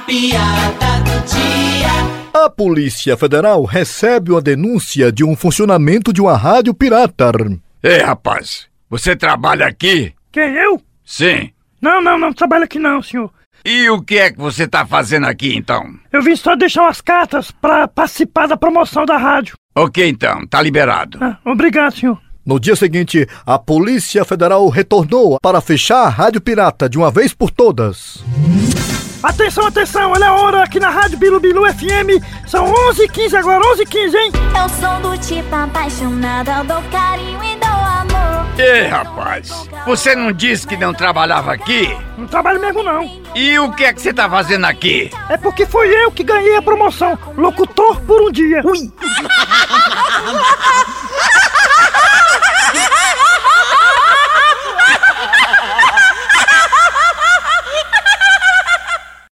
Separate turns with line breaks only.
piada do dia.
A Polícia Federal recebe uma denúncia de um funcionamento de uma rádio pirata.
Ei, rapaz, você trabalha aqui?
Quem, eu?
Sim.
Não, não, não trabalho aqui não, senhor.
E o que é que você tá fazendo aqui então?
Eu vim só deixar umas cartas pra participar da promoção da rádio.
Ok, então, tá liberado.
Ah, obrigado, senhor.
No dia seguinte, a Polícia Federal retornou para fechar a rádio pirata de uma vez por todas.
Atenção, atenção, olha a hora aqui na Rádio Bilu Bilu FM. São 11h15 agora, 11h15, hein?
É o som do tipo apaixonada, dou carinho e dou amor.
Ei, rapaz, você não disse que não trabalhava aqui?
Não trabalho mesmo não.
E o que é que você tá fazendo aqui?
É porque fui eu que ganhei a promoção. Locutor por um dia. Ui!